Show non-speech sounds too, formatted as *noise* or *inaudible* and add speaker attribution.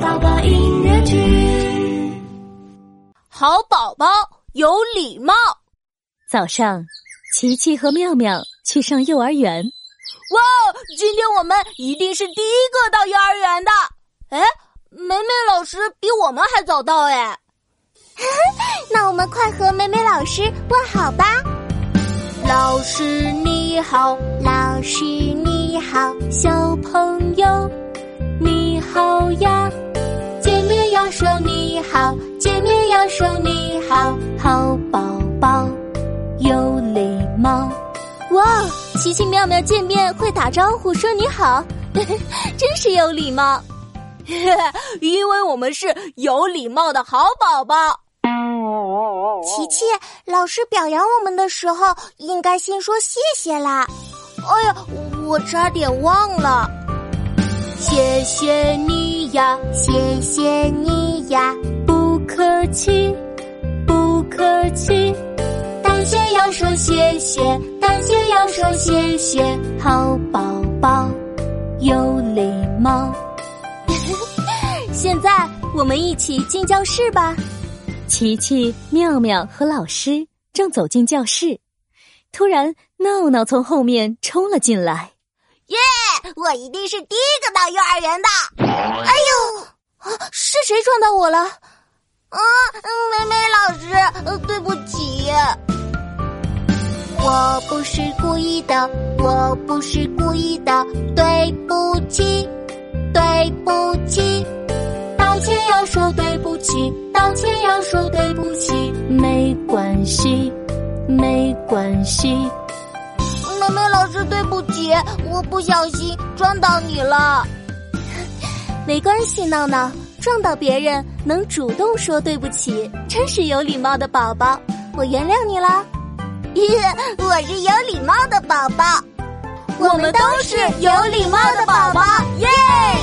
Speaker 1: 宝宝音乐剧。
Speaker 2: 好宝宝有礼貌。
Speaker 3: 早上，琪琪和妙妙去上幼儿园。
Speaker 2: 哇，今天我们一定是第一个到幼儿园的。哎，梅梅老师比我们还早到哎。
Speaker 4: *laughs* 那我们快和美美老师问好吧。
Speaker 2: 老师你好，
Speaker 4: 老师你好，小朋友你好呀，见面要说你好，见面要说你好，好宝宝有礼貌。哇，奇奇妙妙见面会打招呼说你好， *laughs* 真是有礼貌。 *laughs*
Speaker 2: 因为我们是有礼貌的好宝宝。
Speaker 3: 哦
Speaker 4: 琪琪老师表扬我们的时候，应该先说谢谢啦。
Speaker 2: 哎呀，我差点忘了，
Speaker 4: 谢谢你呀，谢谢你呀，不客气，不客气。感谢要说谢谢，感谢要说谢谢，好宝宝有礼貌。 *laughs* 现在我们一起进教室吧。
Speaker 3: 琪琪、妙妙和老师正走进教室，突然闹闹从后面冲了进来。
Speaker 4: 我一定是第一个到幼儿园的。哎呦，啊，是谁撞到我了？啊，美美老师，呃，对不起。我不是故意的，我不是故意的，对不起，对不起。道歉要说对不起，道歉要说对不起，没关系，没关系。
Speaker 2: 梅梅老师对不起，我不小心撞到你了。
Speaker 4: *laughs* 没关系，闹闹，撞到别人能主动说对不起，真是有礼貌的宝宝，我原谅你啦。 *laughs* 我是有礼貌的宝宝，
Speaker 2: 我们都是有礼貌的宝宝，
Speaker 4: 耶！